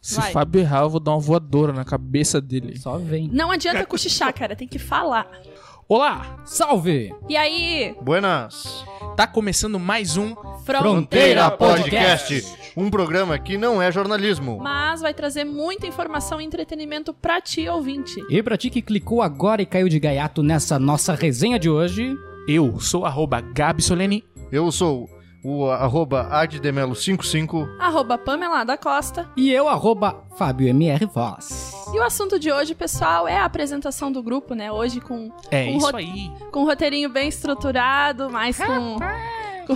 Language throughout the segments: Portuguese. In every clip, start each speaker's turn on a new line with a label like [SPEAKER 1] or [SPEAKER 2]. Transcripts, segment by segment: [SPEAKER 1] Se
[SPEAKER 2] Vai.
[SPEAKER 1] o Fábio errar, eu vou dar uma voadora na cabeça dele.
[SPEAKER 3] Só vem.
[SPEAKER 2] Não adianta cochichar, cara, tem que falar.
[SPEAKER 1] Olá!
[SPEAKER 3] Salve!
[SPEAKER 2] E aí,
[SPEAKER 4] Buenas!
[SPEAKER 1] Tá começando mais um.
[SPEAKER 3] Fronteira Podcast.
[SPEAKER 4] Um programa que não é jornalismo.
[SPEAKER 2] Mas vai trazer muita informação e entretenimento pra ti, ouvinte.
[SPEAKER 3] E pra ti que clicou agora e caiu de gaiato nessa nossa resenha de hoje,
[SPEAKER 1] Eu sou arroba Gabi Soleni.
[SPEAKER 4] Eu sou o arroba addemelo55.
[SPEAKER 2] Arroba Pamela da Costa.
[SPEAKER 3] e eu, arroba Fábio MR Voz.
[SPEAKER 2] E o assunto de hoje, pessoal, é a apresentação do grupo, né? Hoje com,
[SPEAKER 1] É
[SPEAKER 2] Um
[SPEAKER 1] isso
[SPEAKER 2] rot-
[SPEAKER 1] aí.
[SPEAKER 2] com um roteirinho bem estruturado, mais com... Com,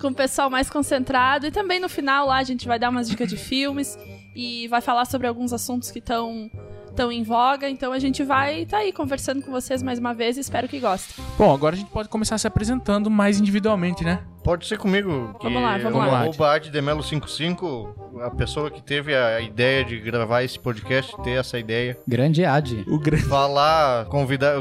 [SPEAKER 2] com o pessoal mais concentrado. E também no final lá a gente vai dar umas dicas de filmes e vai falar sobre alguns assuntos que estão tão em voga. Então a gente vai tá aí conversando com vocês mais uma vez e espero que gostem.
[SPEAKER 1] Bom, agora a gente pode começar se apresentando mais individualmente, né?
[SPEAKER 4] Pode ser comigo. que
[SPEAKER 2] Vamos lá, vamos
[SPEAKER 4] o
[SPEAKER 1] lá.
[SPEAKER 4] Arroba addemelo55, a pessoa que teve a ideia de gravar esse podcast, ter essa ideia.
[SPEAKER 3] Grande Ad.
[SPEAKER 1] O grande.
[SPEAKER 4] Falar, convidar.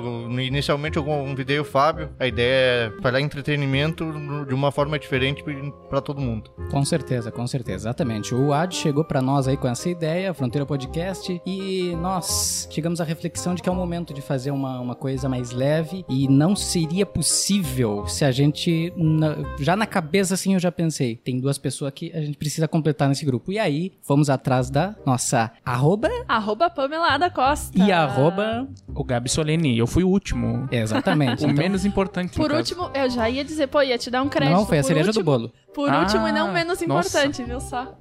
[SPEAKER 4] Inicialmente eu convidei o Fábio. A ideia é falar entretenimento de uma forma diferente pra todo mundo.
[SPEAKER 3] Com certeza, com certeza, exatamente. O Ad chegou pra nós aí com essa ideia, Fronteira Podcast, e nós chegamos à reflexão de que é o momento de fazer uma, uma coisa mais leve e não seria possível se a gente. na- já na cabeça, assim, eu já pensei, tem duas pessoas que a gente precisa completar nesse grupo. E aí, fomos atrás da nossa arroba
[SPEAKER 2] Arroba Pamela Ada Costa.
[SPEAKER 3] e arroba.
[SPEAKER 1] O Gabi Soleni. Eu fui o último.
[SPEAKER 3] Exatamente.
[SPEAKER 1] O
[SPEAKER 3] Então,
[SPEAKER 1] menos importante. no
[SPEAKER 2] Por
[SPEAKER 1] caso.
[SPEAKER 2] último, eu já ia dizer, pô, ia te dar um crédito.
[SPEAKER 3] não, foi a
[SPEAKER 2] por
[SPEAKER 3] cereja
[SPEAKER 2] último,
[SPEAKER 3] do bolo.
[SPEAKER 2] Por
[SPEAKER 1] Ah,
[SPEAKER 2] último e não menos
[SPEAKER 1] nossa.
[SPEAKER 2] importante, viu só?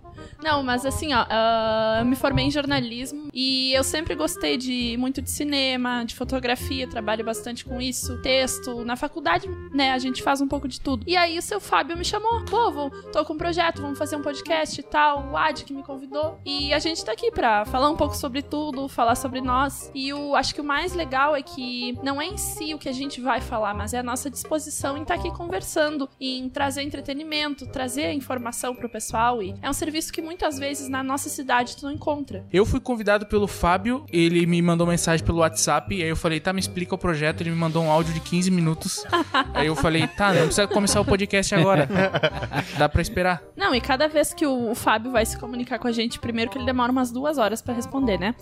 [SPEAKER 2] Não, mas assim, ó, ah, eu me formei em jornalismo e eu sempre gostei de muito de cinema, de fotografia, trabalho bastante com isso, texto. Na faculdade, né, a gente faz um pouco de tudo. E aí o seu Fábio me chamou, pô, vou, tô com um projeto, vamos fazer um podcast e tal, o Ad que me convidou. E a gente tá aqui pra falar um pouco sobre tudo, falar sobre nós. E o, acho que o mais legal é que não é em si o que a gente vai falar, mas é a nossa disposição em estar aqui conversando, em trazer entretenimento, trazer informação pro pessoal. E é um serviço que muitas vezes na nossa cidade tu não encontra.
[SPEAKER 1] Eu fui convidado pelo Fábio, ele me mandou mensagem pelo WhatsApp, e aí eu falei, tá, me explica o projeto, ele me mandou um áudio de 15 minutos. aí eu falei, tá, não precisa começar o podcast agora. Dá pra esperar.
[SPEAKER 2] Não, e cada vez que o, o Fábio vai se comunicar com a gente, primeiro que ele demora umas duas horas pra responder, né?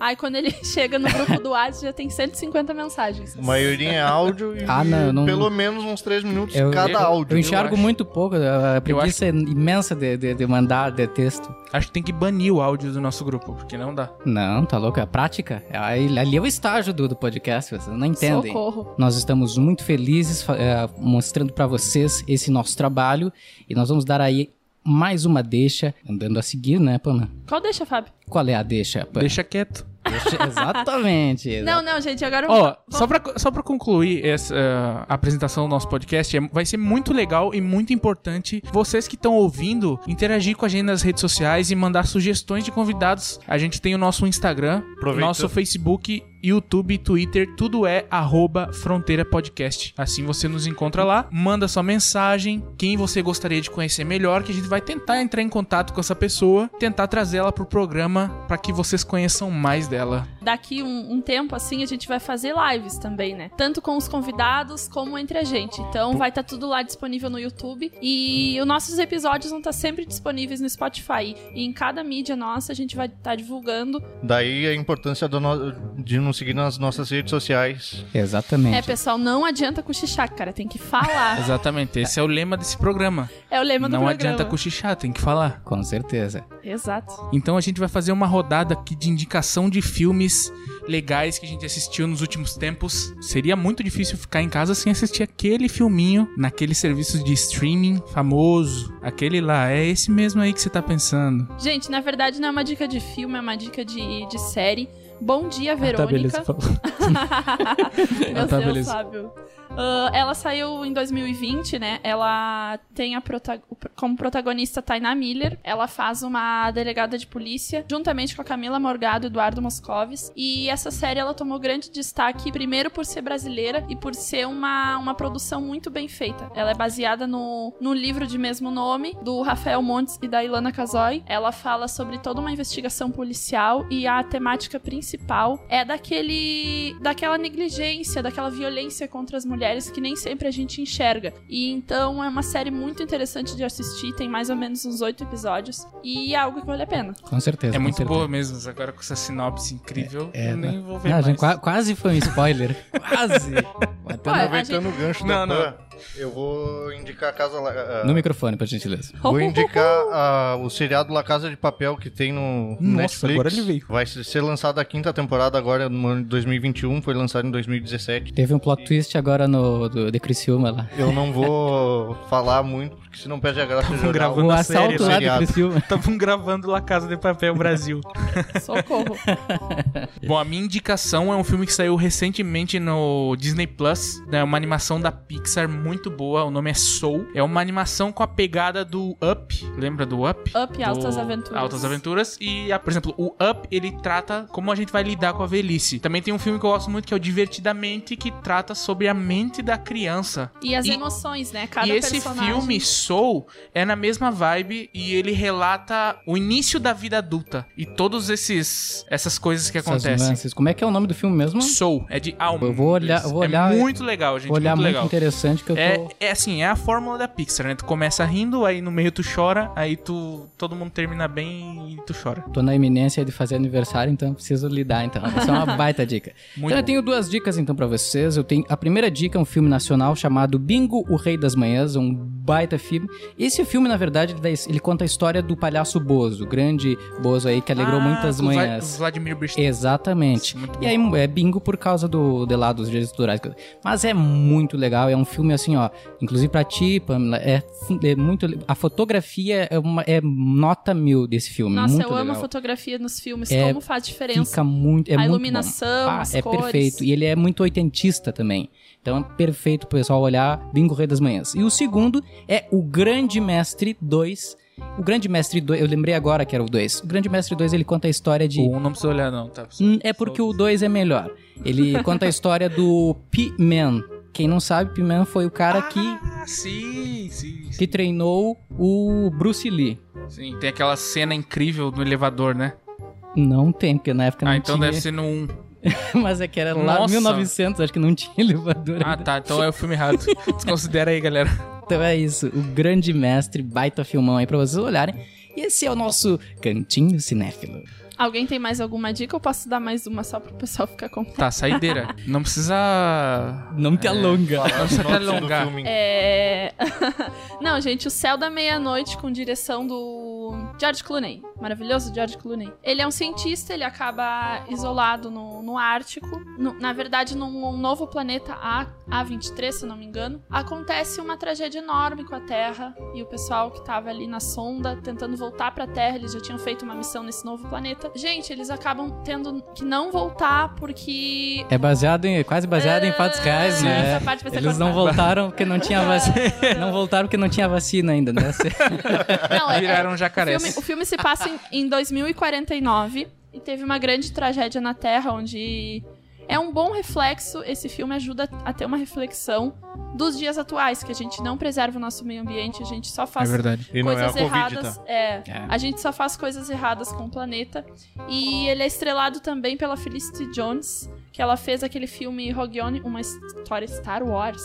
[SPEAKER 2] Aí quando ele chega no grupo do WhatsApp já tem 150 mensagens.
[SPEAKER 4] A maioria é áudio e
[SPEAKER 3] Ah, não, eu não-
[SPEAKER 4] pelo menos uns 3 minutos
[SPEAKER 3] Eu-
[SPEAKER 4] cada
[SPEAKER 1] eu-
[SPEAKER 4] áudio.
[SPEAKER 3] Eu enxergo
[SPEAKER 1] acho.
[SPEAKER 3] muito pouco, a preguiça é imensa de, de, de mandar de texto.
[SPEAKER 1] Acho que tem que banir o áudio do nosso grupo, porque não dá.
[SPEAKER 3] Não, tá louco? É prática. Aí- Ali é o estágio do, do podcast, vocês não entendem.
[SPEAKER 2] Socorro.
[SPEAKER 3] Nós estamos muito felizes fa- eh, mostrando pra vocês esse nosso trabalho e nós vamos dar aí mais uma deixa, andando a seguir, né, Pana?
[SPEAKER 2] Qual deixa, Fábio?
[SPEAKER 3] Qual é a deixa, Pana?
[SPEAKER 1] Deixa quieto.
[SPEAKER 3] Deixa- Exatamente.
[SPEAKER 2] Não, não, gente, agora
[SPEAKER 1] Ó, só, pra, só pra concluir essa ah, apresentação do nosso podcast, é- vai ser muito legal e muito importante vocês que estão ouvindo interagir com a gente nas redes sociais e mandar sugestões de convidados. A gente tem o nosso Instagram,
[SPEAKER 4] Aproveita.
[SPEAKER 1] nosso Facebook, YouTube, Twitter, tudo é arroba Fronteira Podcast. Assim você nos encontra lá, manda sua mensagem, quem você gostaria de conhecer melhor, que a gente vai tentar entrar em contato com essa pessoa, tentar trazê-la pro programa pra que vocês conheçam mais dela.
[SPEAKER 2] daqui um, um tempo, assim, a gente vai fazer lives também, né? Tanto com os convidados como entre a gente. Então vai estar tudo lá disponível no YouTube. E os nossos episódios vão estar sempre disponíveis no Spotify. E em cada mídia nossa a gente vai estar divulgando.
[SPEAKER 4] Daí a importância do no- de nos seguir nas nossas redes sociais.
[SPEAKER 3] Exatamente.
[SPEAKER 2] É, pessoal, não adianta cochichar, cara. Tem que falar.
[SPEAKER 1] Exatamente, esse é o lema desse programa.
[SPEAKER 2] é o lema do
[SPEAKER 1] Não
[SPEAKER 2] programa.
[SPEAKER 1] adianta cochichar, tem que falar.
[SPEAKER 3] Com certeza.
[SPEAKER 2] Exato.
[SPEAKER 1] Então a gente vai fazer uma rodada aqui de indicação de filmes legais que a gente assistiu nos últimos tempos. Seria muito difícil ficar em casa sem assistir aquele filminho naquele serviço de streaming famoso. Aquele lá, é esse mesmo aí que você tá pensando.
[SPEAKER 2] Gente, na verdade não é uma dica de filme, é uma dica de, de série. Bom dia,
[SPEAKER 1] tá,
[SPEAKER 2] Verônica. Meu
[SPEAKER 1] Ah, tá,
[SPEAKER 2] Deus,
[SPEAKER 1] beleza.
[SPEAKER 2] Fábio. é Ah, ela saiu em 2020, né? Ela tem a prota- o pr- como protagonista Taina Miller. Ela faz uma delegada de polícia, juntamente com a Camila Morgado e Eduardo Moscovis. E essa série ela tomou grande destaque, primeiro por ser brasileira e por ser uma, uma produção muito bem feita. Ela é baseada no, no livro de mesmo nome, do Rafael Montes e da Ilana Casoy. Ela fala sobre toda uma investigação policial e a temática principal é daquele daquela negligência, daquela violência contra as mulheres mulheres que nem sempre a gente enxerga. E então é uma série muito interessante de assistir, tem mais ou menos uns oito episódios e é algo que vale a pena.
[SPEAKER 3] Com certeza.
[SPEAKER 1] É
[SPEAKER 3] com
[SPEAKER 1] muito
[SPEAKER 3] certeza.
[SPEAKER 1] boa mesmo, mas agora com essa sinopse incrível,
[SPEAKER 3] É, é,
[SPEAKER 1] eu nem
[SPEAKER 3] né?
[SPEAKER 1] vou ver
[SPEAKER 3] Ah, já
[SPEAKER 1] mais.
[SPEAKER 3] qua- quase foi um spoiler. quase. Bateu
[SPEAKER 2] Olha,
[SPEAKER 3] no,
[SPEAKER 4] Aproveitando o gancho
[SPEAKER 1] Não,
[SPEAKER 4] da
[SPEAKER 1] não.
[SPEAKER 4] Pan, eu vou indicar a Casa La... a-
[SPEAKER 3] no microfone, por gentileza.
[SPEAKER 4] Vou indicar a- o seriado La Casa de Papel que tem no
[SPEAKER 1] Nossa,
[SPEAKER 4] Netflix.
[SPEAKER 1] agora ele veio.
[SPEAKER 4] Vai ser ser lançada a quinta temporada agora no ano de 2021, foi lançada em 2017.
[SPEAKER 3] Teve um plot twist agora no do, de Criciúma lá.
[SPEAKER 4] Eu não vou falar muito, porque senão perde a graça do jornal.
[SPEAKER 1] gravando
[SPEAKER 3] O
[SPEAKER 1] na série,
[SPEAKER 3] assalto lá de
[SPEAKER 4] seriado.
[SPEAKER 3] Criciúma.
[SPEAKER 1] Estavam gravando lá Casa de Papel Brasil.
[SPEAKER 2] Socorro.
[SPEAKER 1] Bom, a minha indicação é um filme que saiu recentemente no Disney Plus. É né? uma animação da Pixar muito boa. O nome é Soul. É uma animação com a pegada do Up. Lembra do Up?
[SPEAKER 2] Up,
[SPEAKER 1] Do
[SPEAKER 2] Altas Aventuras.
[SPEAKER 1] Altas Aventuras. E, ah, por exemplo, o Up, ele trata como a gente vai lidar com a velhice. Também tem um filme que eu gosto muito que é o Divertidamente, que trata sobre a mente da criança.
[SPEAKER 2] E as
[SPEAKER 1] E-
[SPEAKER 2] emoções, né? Cada
[SPEAKER 1] e esse
[SPEAKER 2] personagem.
[SPEAKER 1] filme Soul é na mesma vibe e ele relata o início da vida adulta e todos esses essas coisas que
[SPEAKER 3] Essas
[SPEAKER 1] acontecem.
[SPEAKER 3] nuances. Como é que é o nome do filme mesmo?
[SPEAKER 1] Soul é de alma.
[SPEAKER 3] Eu vou olhar- vou olhar-
[SPEAKER 1] É muito legal, gente.
[SPEAKER 3] Vou olhar
[SPEAKER 1] muito
[SPEAKER 3] muito,
[SPEAKER 1] legal.
[SPEAKER 3] interessante que eu tô...
[SPEAKER 1] É, é assim, é a fórmula da Pixar, né? Tu começa rindo, aí no meio tu chora, aí tu todo mundo termina bem e tu chora.
[SPEAKER 3] Tô na iminência de fazer aniversário, então preciso lidar, então. Essa é uma baita dica.
[SPEAKER 1] Muito
[SPEAKER 3] então eu
[SPEAKER 1] bom.
[SPEAKER 3] tenho duas dicas, então, pra vocês. Eu tenho... A primeira dica é um filme nacional chamado Bingo, o Rei das Manhãs, um baita filme. Esse filme, na verdade, ele, dá- ele conta a história do palhaço Bozo, o grande Bozo aí que alegrou
[SPEAKER 1] Ah,
[SPEAKER 3] muitas
[SPEAKER 1] do Vla-
[SPEAKER 3] manhãs.
[SPEAKER 1] do Vladimir Bristol.
[SPEAKER 3] Exatamente.
[SPEAKER 1] Muito
[SPEAKER 3] E aí é bingo por causa do de lá dos direitos culturais. Mas é muito legal, é um filme assim, ó, inclusive pra ti, Pamela, é, fu- é muito le- a fotografia é uma é nota mil desse filme,
[SPEAKER 2] Nossa,
[SPEAKER 3] muito
[SPEAKER 2] eu amo
[SPEAKER 3] legal.
[SPEAKER 2] a fotografia nos filmes,
[SPEAKER 3] É,
[SPEAKER 2] como faz diferença.
[SPEAKER 3] Fica muito, é
[SPEAKER 2] a
[SPEAKER 3] muito bom.
[SPEAKER 2] iluminação,
[SPEAKER 3] Pá,
[SPEAKER 2] as
[SPEAKER 3] é
[SPEAKER 2] cores.
[SPEAKER 3] perfeito. E ele é muito oitentista também. Então é perfeito pro pessoal olhar Bingo Rei das Manhãs. E o segundo é O Grande Mestre 2. O Grande Mestre 2, eu lembrei agora que era o 2. O Grande Mestre 2, ele conta a história de
[SPEAKER 1] O um não precisa olhar não, tá?
[SPEAKER 3] Hum, É porque o 2 é melhor. Ele conta a história do P-Man. Quem não sabe, P-Man foi o cara que,
[SPEAKER 1] Ah, sim, sim.
[SPEAKER 3] que treinou o Bruce Lee.
[SPEAKER 1] Sim, tem aquela cena incrível no elevador, né?
[SPEAKER 3] Não tem, um porque na época não
[SPEAKER 1] Ah, então
[SPEAKER 3] tinha.
[SPEAKER 1] deve ser no 1.
[SPEAKER 3] Mas é que era lá em
[SPEAKER 1] Nossa.
[SPEAKER 3] 1900, acho que não tinha elevador
[SPEAKER 1] Ah,
[SPEAKER 3] ainda.
[SPEAKER 1] tá. Então é o filme errado. Desconsidera aí, galera.
[SPEAKER 3] Então é isso. O Grande Mestre, baita filmão aí pra vocês olharem. E esse é o nosso Cantinho Cinéfilo.
[SPEAKER 2] Alguém tem mais alguma dica? Eu posso dar mais uma só pro pessoal ficar com.
[SPEAKER 1] Tá, saideira. Não precisa.
[SPEAKER 3] Não
[SPEAKER 1] É.
[SPEAKER 3] te alonga.
[SPEAKER 4] Falar
[SPEAKER 1] Só
[SPEAKER 4] a
[SPEAKER 1] pra
[SPEAKER 4] sinopse do
[SPEAKER 1] alongar.
[SPEAKER 4] filme.
[SPEAKER 2] É. Não, gente, O Céu da Meia-Noite com direção do George Clooney. Maravilhoso George Clooney. Ele é um cientista, ele acaba isolado no, no Ártico. No- na verdade, num novo planeta A, A23, se eu não me engano. Acontece uma tragédia enorme com a Terra e o pessoal que tava ali na sonda tentando voltar pra Terra, eles já tinham feito uma missão nesse novo planeta. Gente, eles acabam tendo que não voltar porque.
[SPEAKER 3] É baseado em, quase baseado em fatos
[SPEAKER 1] É.
[SPEAKER 3] reais, né?
[SPEAKER 2] Ah, Essa parte vai ser
[SPEAKER 3] Eles não
[SPEAKER 2] cortada.
[SPEAKER 3] voltaram porque não tinha vacina. não voltaram porque não tinha vacina ainda, né?
[SPEAKER 2] Não, é-
[SPEAKER 3] um
[SPEAKER 2] é-
[SPEAKER 1] Viraram
[SPEAKER 2] O
[SPEAKER 1] jacarés.
[SPEAKER 2] filme, o filme se passa em, em 2049 e teve uma grande tragédia na Terra, onde é um bom reflexo. Esse filme ajuda a ter uma reflexão dos dias atuais, que a gente não preserva o nosso meio ambiente, a gente só
[SPEAKER 1] É
[SPEAKER 2] faz
[SPEAKER 1] verdade.
[SPEAKER 4] E não é a
[SPEAKER 2] coisas
[SPEAKER 4] Covid,
[SPEAKER 2] erradas.
[SPEAKER 4] tá?
[SPEAKER 2] É,
[SPEAKER 3] É.
[SPEAKER 2] a gente só faz coisas erradas com o planeta. E ele é estrelado também pela Felicity Jones, que ela fez aquele filme Rogue One, uma história Star Wars.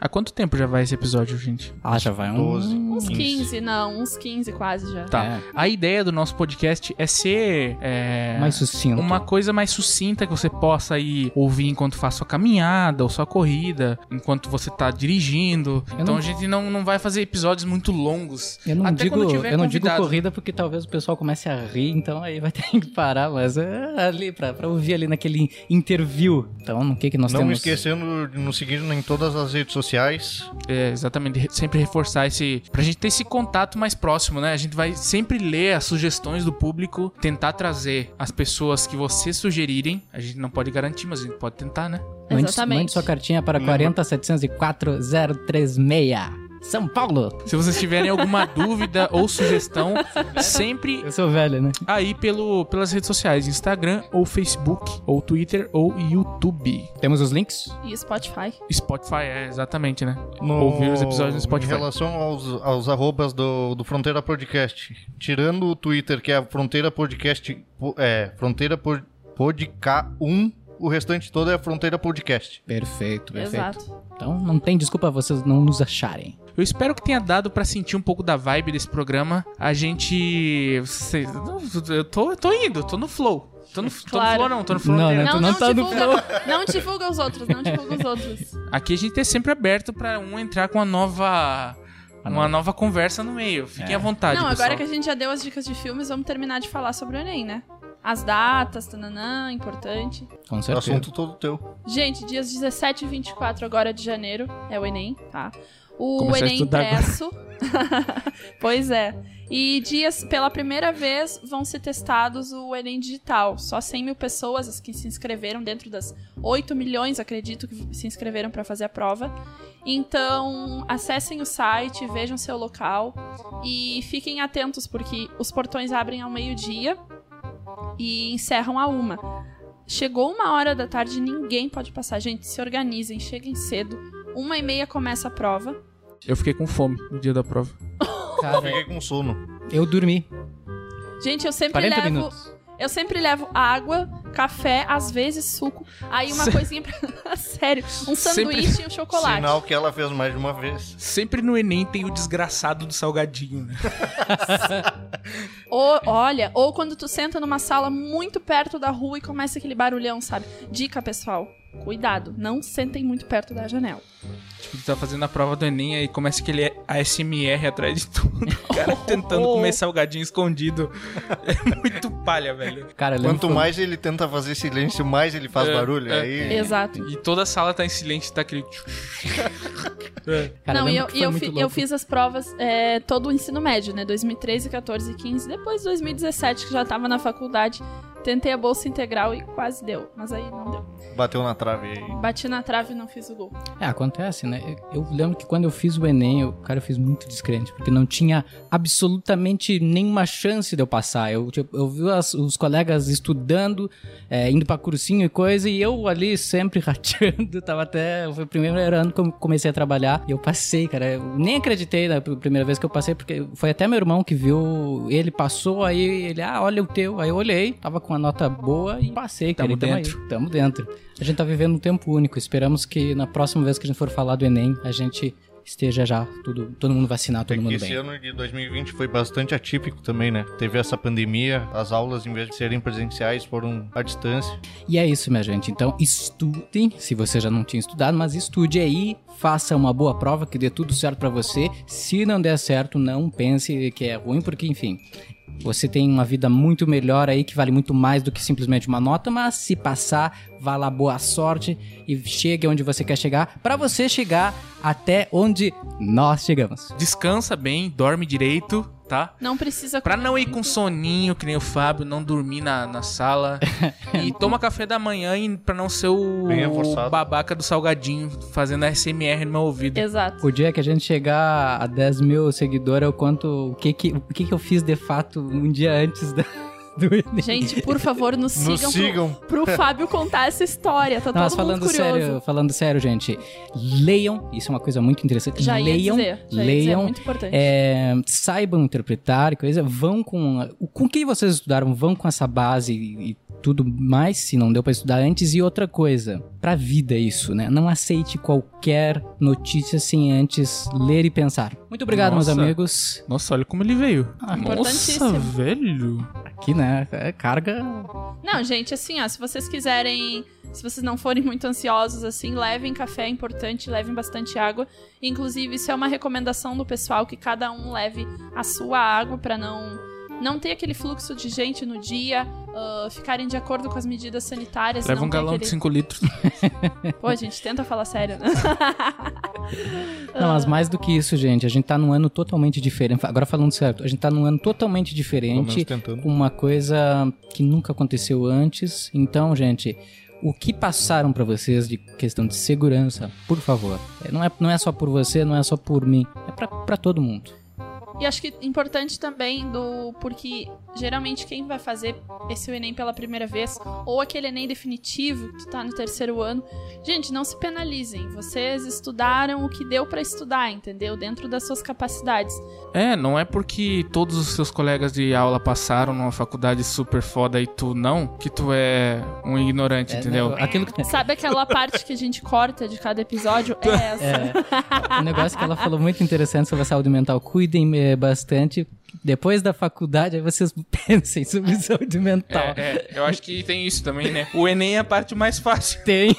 [SPEAKER 1] Há quanto tempo já vai esse episódio, gente?
[SPEAKER 3] Ah, já vai um...
[SPEAKER 4] 12.
[SPEAKER 2] Uns 15,
[SPEAKER 4] 15,
[SPEAKER 2] não, uns 15 quase já.
[SPEAKER 1] Tá.
[SPEAKER 3] É.
[SPEAKER 1] A ideia do nosso podcast é ser. é,
[SPEAKER 3] Mais sucinto.
[SPEAKER 1] uma coisa mais sucinta que você possa aí ouvir enquanto faz sua caminhada ou sua corrida, enquanto você tá dirigindo.
[SPEAKER 3] Eu
[SPEAKER 1] Então
[SPEAKER 3] não-
[SPEAKER 1] a gente não, não vai fazer episódios muito longos.
[SPEAKER 3] Eu não,
[SPEAKER 1] Até
[SPEAKER 3] digo,
[SPEAKER 1] quando tiver
[SPEAKER 3] eu não digo
[SPEAKER 1] convidado.
[SPEAKER 3] corrida porque talvez o pessoal comece a rir, então aí vai ter que parar, mas é ali, pra, pra ouvir ali naquele interview. Então, o que que nós
[SPEAKER 4] Não
[SPEAKER 3] temos?
[SPEAKER 4] esquecendo de nos seguir em todas as redes sociais.
[SPEAKER 1] É, exatamente, re- sempre reforçar esse. Pra gente ter esse contato mais próximo, né? A gente vai sempre ler as sugestões do público, tentar trazer as pessoas que vocês sugerirem. A gente não pode garantir, mas a gente pode tentar, né?
[SPEAKER 3] Mande,
[SPEAKER 2] Exatamente.
[SPEAKER 3] mande sua cartinha para
[SPEAKER 4] Número.
[SPEAKER 3] 40704036. São Paulo!
[SPEAKER 1] Se vocês tiverem alguma dúvida ou sugestão, sempre
[SPEAKER 3] Eu sou velho, né?
[SPEAKER 1] aí pelo, pelas redes sociais: Instagram, ou Facebook, ou Twitter, ou YouTube.
[SPEAKER 3] Temos os links?
[SPEAKER 2] E Spotify.
[SPEAKER 1] Spotify, é exatamente, né?
[SPEAKER 4] No-
[SPEAKER 1] Ouvir os episódios no Spotify.
[SPEAKER 4] Em relação aos, aos arrobas do, do Fronteira Podcast, tirando o Twitter, que é a Fronteira Podcast, po- é, Fronteira Pod- Podca1, o restante todo é a Fronteira Podcast.
[SPEAKER 3] Perfeito, perfeito.
[SPEAKER 2] Exato.
[SPEAKER 3] Então não tem desculpa vocês não nos acharem.
[SPEAKER 1] Eu espero que tenha dado pra sentir um pouco da vibe desse programa. A gente. cê- Eu tô, eu tô indo, tô no flow. Tô no, tô no
[SPEAKER 2] Claro.
[SPEAKER 1] flow, não, tô no flow.
[SPEAKER 3] Não,
[SPEAKER 1] inteiro.
[SPEAKER 3] né?
[SPEAKER 2] Não,
[SPEAKER 3] tu
[SPEAKER 2] não,
[SPEAKER 3] não tá no
[SPEAKER 2] divulga, não divulga os outros, não divulga os outros.
[SPEAKER 1] Aqui a gente é sempre aberto pra um entrar com uma
[SPEAKER 3] Ah,
[SPEAKER 1] nova. Uma nova conversa no meio.
[SPEAKER 3] É.
[SPEAKER 1] Fiquem à
[SPEAKER 3] Tá,
[SPEAKER 1] vontade.
[SPEAKER 2] não,
[SPEAKER 3] tipo
[SPEAKER 1] pessoal.
[SPEAKER 2] agora que a gente já deu as dicas de filmes, vamos terminar de falar sobre o Enem, né? As datas, tananã, importante.
[SPEAKER 3] Com
[SPEAKER 4] O
[SPEAKER 1] Tá
[SPEAKER 3] certeza.
[SPEAKER 4] assunto todo teu.
[SPEAKER 2] Gente, dias 17 e 24 agora de janeiro é o Enem, tá? O
[SPEAKER 1] Começar a
[SPEAKER 2] Enem
[SPEAKER 1] estudar agora.
[SPEAKER 2] impresso. pois é. E dias, pela primeira vez, vão ser testados o Enem digital. Só 100 mil pessoas, as que se inscreveram dentro das 8 milhões, acredito, que se inscreveram para fazer a prova. Então, acessem o site, vejam seu local e fiquem atentos, porque os portões abrem ao meio-dia e encerram a uma. Chegou uma hora da tarde, ninguém pode passar. Gente, se organizem, cheguem cedo. Uma e meia começa a prova.
[SPEAKER 1] Eu fiquei com fome no dia da prova.
[SPEAKER 4] Eu
[SPEAKER 3] Cara,
[SPEAKER 4] fiquei com sono.
[SPEAKER 3] eu dormi
[SPEAKER 2] Gente, eu sempre
[SPEAKER 3] 40
[SPEAKER 2] levo.
[SPEAKER 3] minutos.
[SPEAKER 2] Eu sempre levo água, café, às vezes suco. Aí uma
[SPEAKER 1] Se-
[SPEAKER 2] coisinha pra. Sério, um
[SPEAKER 1] Sempre-
[SPEAKER 2] sanduíche e um chocolate.
[SPEAKER 4] Sinal que ela fez mais de uma vez.
[SPEAKER 1] Sempre no Enem tem o desgraçado do salgadinho, né?
[SPEAKER 2] Ou, olha, ou quando tu senta numa sala muito perto da rua e começa aquele barulhão, sabe? Dica, pessoal. Cuidado, não sentem muito perto da janela.
[SPEAKER 1] Tipo, tu tá fazendo a prova do Enem aí começa aquele ASMR atrás de tudo. O cara tentando
[SPEAKER 4] Oh.
[SPEAKER 1] comer salgadinho escondido. É muito palha, velho.
[SPEAKER 3] Cara, eu lembro
[SPEAKER 4] Quanto mais ele tenta fazer silêncio, mais ele faz
[SPEAKER 1] É,
[SPEAKER 4] barulho.
[SPEAKER 1] é.
[SPEAKER 4] aí...
[SPEAKER 2] Exato.
[SPEAKER 1] E toda a sala tá em silêncio, tá aquele. É.
[SPEAKER 3] Cara,
[SPEAKER 2] não, e eu,
[SPEAKER 3] lembro que
[SPEAKER 2] e
[SPEAKER 3] foi
[SPEAKER 2] eu,
[SPEAKER 3] muito
[SPEAKER 2] fi- eu
[SPEAKER 3] louco.
[SPEAKER 2] fiz as provas é, todo o ensino médio, né? 2013, 14, 15. Depois 2017, que já tava na faculdade, tentei a bolsa integral e quase deu. Mas aí não deu.
[SPEAKER 4] Bateu na trave aí.
[SPEAKER 2] Bati na trave e não fiz o gol.
[SPEAKER 3] É, acontece, né? Eu eu lembro que quando eu fiz o Enem, eu, cara, eu fiz muito descrente, porque não tinha absolutamente nenhuma chance de eu passar. Eu, tipo, eu vi as- os colegas estudando, é, indo pra cursinho e coisa, e eu ali sempre rateando. Tava até. Foi o primeiro ano que eu comecei a trabalhar e eu passei, cara. Eu nem acreditei na pr- primeira vez que eu passei, porque foi até meu irmão que viu, ele passou, aí ele, ah, olha o teu. Aí eu olhei, tava com uma nota boa e passei, cara.
[SPEAKER 1] Tamo
[SPEAKER 3] e tamo aí.
[SPEAKER 1] dentro.
[SPEAKER 3] tamo dentro. A gente tá vivendo um tempo único. Esperamos que na próxima vez que a gente for falar do Enem, a gente esteja já tudo, todo mundo vacinado,
[SPEAKER 4] É
[SPEAKER 3] todo
[SPEAKER 4] que
[SPEAKER 3] mundo
[SPEAKER 4] esse
[SPEAKER 3] bem.
[SPEAKER 4] ano de 2020 foi bastante atípico também, né? Teve essa pandemia, as aulas, em vez de serem presenciais, foram à distância.
[SPEAKER 3] E é isso, minha gente. Então, estudem, se você já não tinha estudado, mas estude aí, faça uma boa prova que dê tudo certo pra você. Se não der certo, não pense que é ruim, porque enfim, você tem uma vida muito melhor aí que vale muito mais do que simplesmente uma nota, mas se passar, vá lá boa sorte e chegue onde você quer chegar, pra você chegar até onde nós chegamos.
[SPEAKER 1] Descansa bem, dorme direito, tá?
[SPEAKER 2] Não precisa.
[SPEAKER 1] Pra
[SPEAKER 2] comer
[SPEAKER 1] não ir com
[SPEAKER 2] muito.
[SPEAKER 1] soninho, que nem o Fábio, não dormir na, na sala. e toma café da manhã e pra não ser o
[SPEAKER 4] Bem reforçado.
[SPEAKER 1] babaca do salgadinho fazendo SMR no meu ouvido.
[SPEAKER 2] Exato.
[SPEAKER 3] O dia que a gente chegar a 10 mil seguidores, eu conto o que que, o que, que eu fiz de fato um dia antes da, do Enem.
[SPEAKER 2] Gente, por favor, nos sigam,
[SPEAKER 4] Nos sigam.
[SPEAKER 2] Pro, pro Fábio contar essa história. Tá
[SPEAKER 3] Não, mas
[SPEAKER 2] todo mundo
[SPEAKER 3] falando
[SPEAKER 2] curioso.
[SPEAKER 3] sério, falando sério, gente, leiam, isso é uma coisa muito interessante.
[SPEAKER 2] Já ia
[SPEAKER 3] leiam,
[SPEAKER 2] dizer. Já ia dizer, é
[SPEAKER 3] leiam,
[SPEAKER 2] muito importante.
[SPEAKER 3] é, saibam interpretar e coisa, vão com a- com o que vocês estudaram, vão com essa base e, e tudo mais, se não deu pra estudar antes e outra coisa, pra vida isso, né? Não aceite qualquer notícia sem antes ler e pensar. Muito obrigado, meus
[SPEAKER 1] Nossa.
[SPEAKER 3] amigos.
[SPEAKER 1] Nossa, olha como ele veio.
[SPEAKER 3] Ah,
[SPEAKER 1] Nossa,
[SPEAKER 2] importantíssimo.
[SPEAKER 1] velho.
[SPEAKER 3] Aqui, né? É carga
[SPEAKER 2] Não, gente, assim, ó, se vocês quiserem, se vocês não forem muito ansiosos, assim, levem café, é importante, levem bastante água. Inclusive, isso é uma recomendação do pessoal, que cada um leve a sua água pra não não ter aquele fluxo de gente no dia, ah, ficarem de acordo com as medidas sanitárias.
[SPEAKER 1] Leva
[SPEAKER 2] não
[SPEAKER 1] um
[SPEAKER 2] ter
[SPEAKER 1] galão de
[SPEAKER 2] aquele...
[SPEAKER 1] 5 litros.
[SPEAKER 2] Pô, gente, tenta falar sério, né?
[SPEAKER 3] Não, mas mais do que isso, gente, a gente tá num ano totalmente diferente. Agora falando certo, a gente tá num ano totalmente
[SPEAKER 4] Pelo menos
[SPEAKER 3] diferente,
[SPEAKER 4] tentando.
[SPEAKER 3] com uma coisa que nunca aconteceu antes. Então, gente, o que passaram pra vocês de questão de segurança, por favor, é, não é, não é só por você, não é só por mim, é pra, pra todo mundo.
[SPEAKER 2] E acho que importante também do porque geralmente quem vai fazer esse Enem pela primeira vez ou aquele Enem definitivo que tu tá no terceiro ano, gente, não se penalizem. Vocês estudaram o que deu pra estudar, entendeu? Dentro das suas capacidades.
[SPEAKER 1] É, não é porque todos os seus colegas de aula passaram numa faculdade super foda e tu não, que tu é ah, um ignorante,
[SPEAKER 3] É,
[SPEAKER 1] entendeu?
[SPEAKER 3] né, Aquilo que...
[SPEAKER 2] Sabe aquela parte que a gente corta de cada episódio? É essa.
[SPEAKER 3] É, um negócio que ela falou muito interessante sobre a saúde mental. Cuidem eh, bastante. Depois da faculdade, aí vocês pensem sobre saúde mental.
[SPEAKER 1] É, é, eu acho que tem isso também, né? O Enem é a parte mais fácil.
[SPEAKER 3] Tem.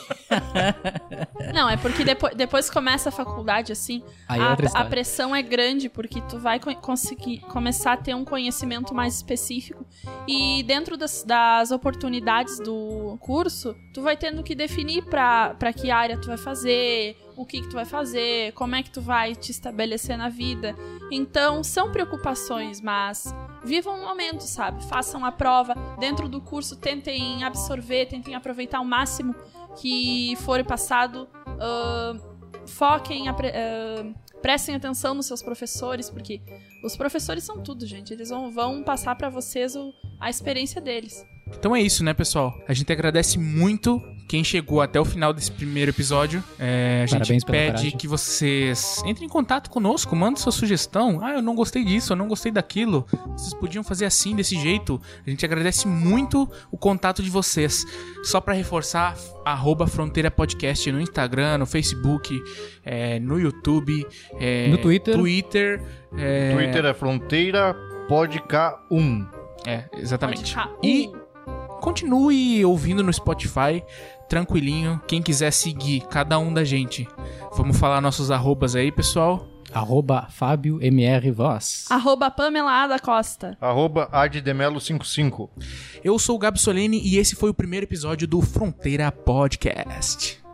[SPEAKER 2] Não, é porque depois, depois começa a faculdade, assim,
[SPEAKER 3] Aí é
[SPEAKER 2] a,
[SPEAKER 3] outra
[SPEAKER 2] a
[SPEAKER 3] história.
[SPEAKER 2] pressão é grande, porque tu vai co- conseguir começar a ter um conhecimento mais específico. E dentro das, das oportunidades do curso, tu vai tendo que definir pra, pra que área tu vai fazer, o que, que tu vai fazer, como é que tu vai te estabelecer na vida. Então, são preocupações, mas vivam o momento, sabe? Façam a prova. Dentro do curso, tentem absorver, tentem aproveitar o máximo que for passado. Ahn, foquem, apre- ahn, prestem atenção nos seus professores, porque os professores são tudo, gente. Eles vão, vão passar pra vocês o- a experiência deles.
[SPEAKER 1] Então é isso, né, pessoal? A gente agradece muito quem chegou até o final desse primeiro episódio. É, a gente
[SPEAKER 3] Parabéns pela
[SPEAKER 1] pede
[SPEAKER 3] coragem.
[SPEAKER 1] que vocês entrem em contato conosco, mandem sua sugestão. Ah, eu não gostei disso, eu não gostei daquilo. Vocês podiam fazer assim, desse jeito. A gente agradece muito o contato de vocês. Só pra reforçar, arroba Fronteira Podcast no Instagram, no Facebook, é, no YouTube, é,
[SPEAKER 3] No Twitter.
[SPEAKER 1] Twitter, é,
[SPEAKER 4] Twitter é fronteira um. podk 1.
[SPEAKER 1] é, exatamente.
[SPEAKER 2] Pode ficar.
[SPEAKER 1] E-
[SPEAKER 2] Uh,
[SPEAKER 1] Continue ouvindo no Spotify, tranquilinho. Quem quiser seguir cada um da gente. Vamos falar nossos arrobas aí, pessoal.
[SPEAKER 3] Arroba Fábio MR Voz.
[SPEAKER 2] Arroba Pamela A da Costa.
[SPEAKER 4] Arroba addemelo55.
[SPEAKER 1] Eu sou o Gabi Solene e esse foi o primeiro episódio do Fronteira Podcast.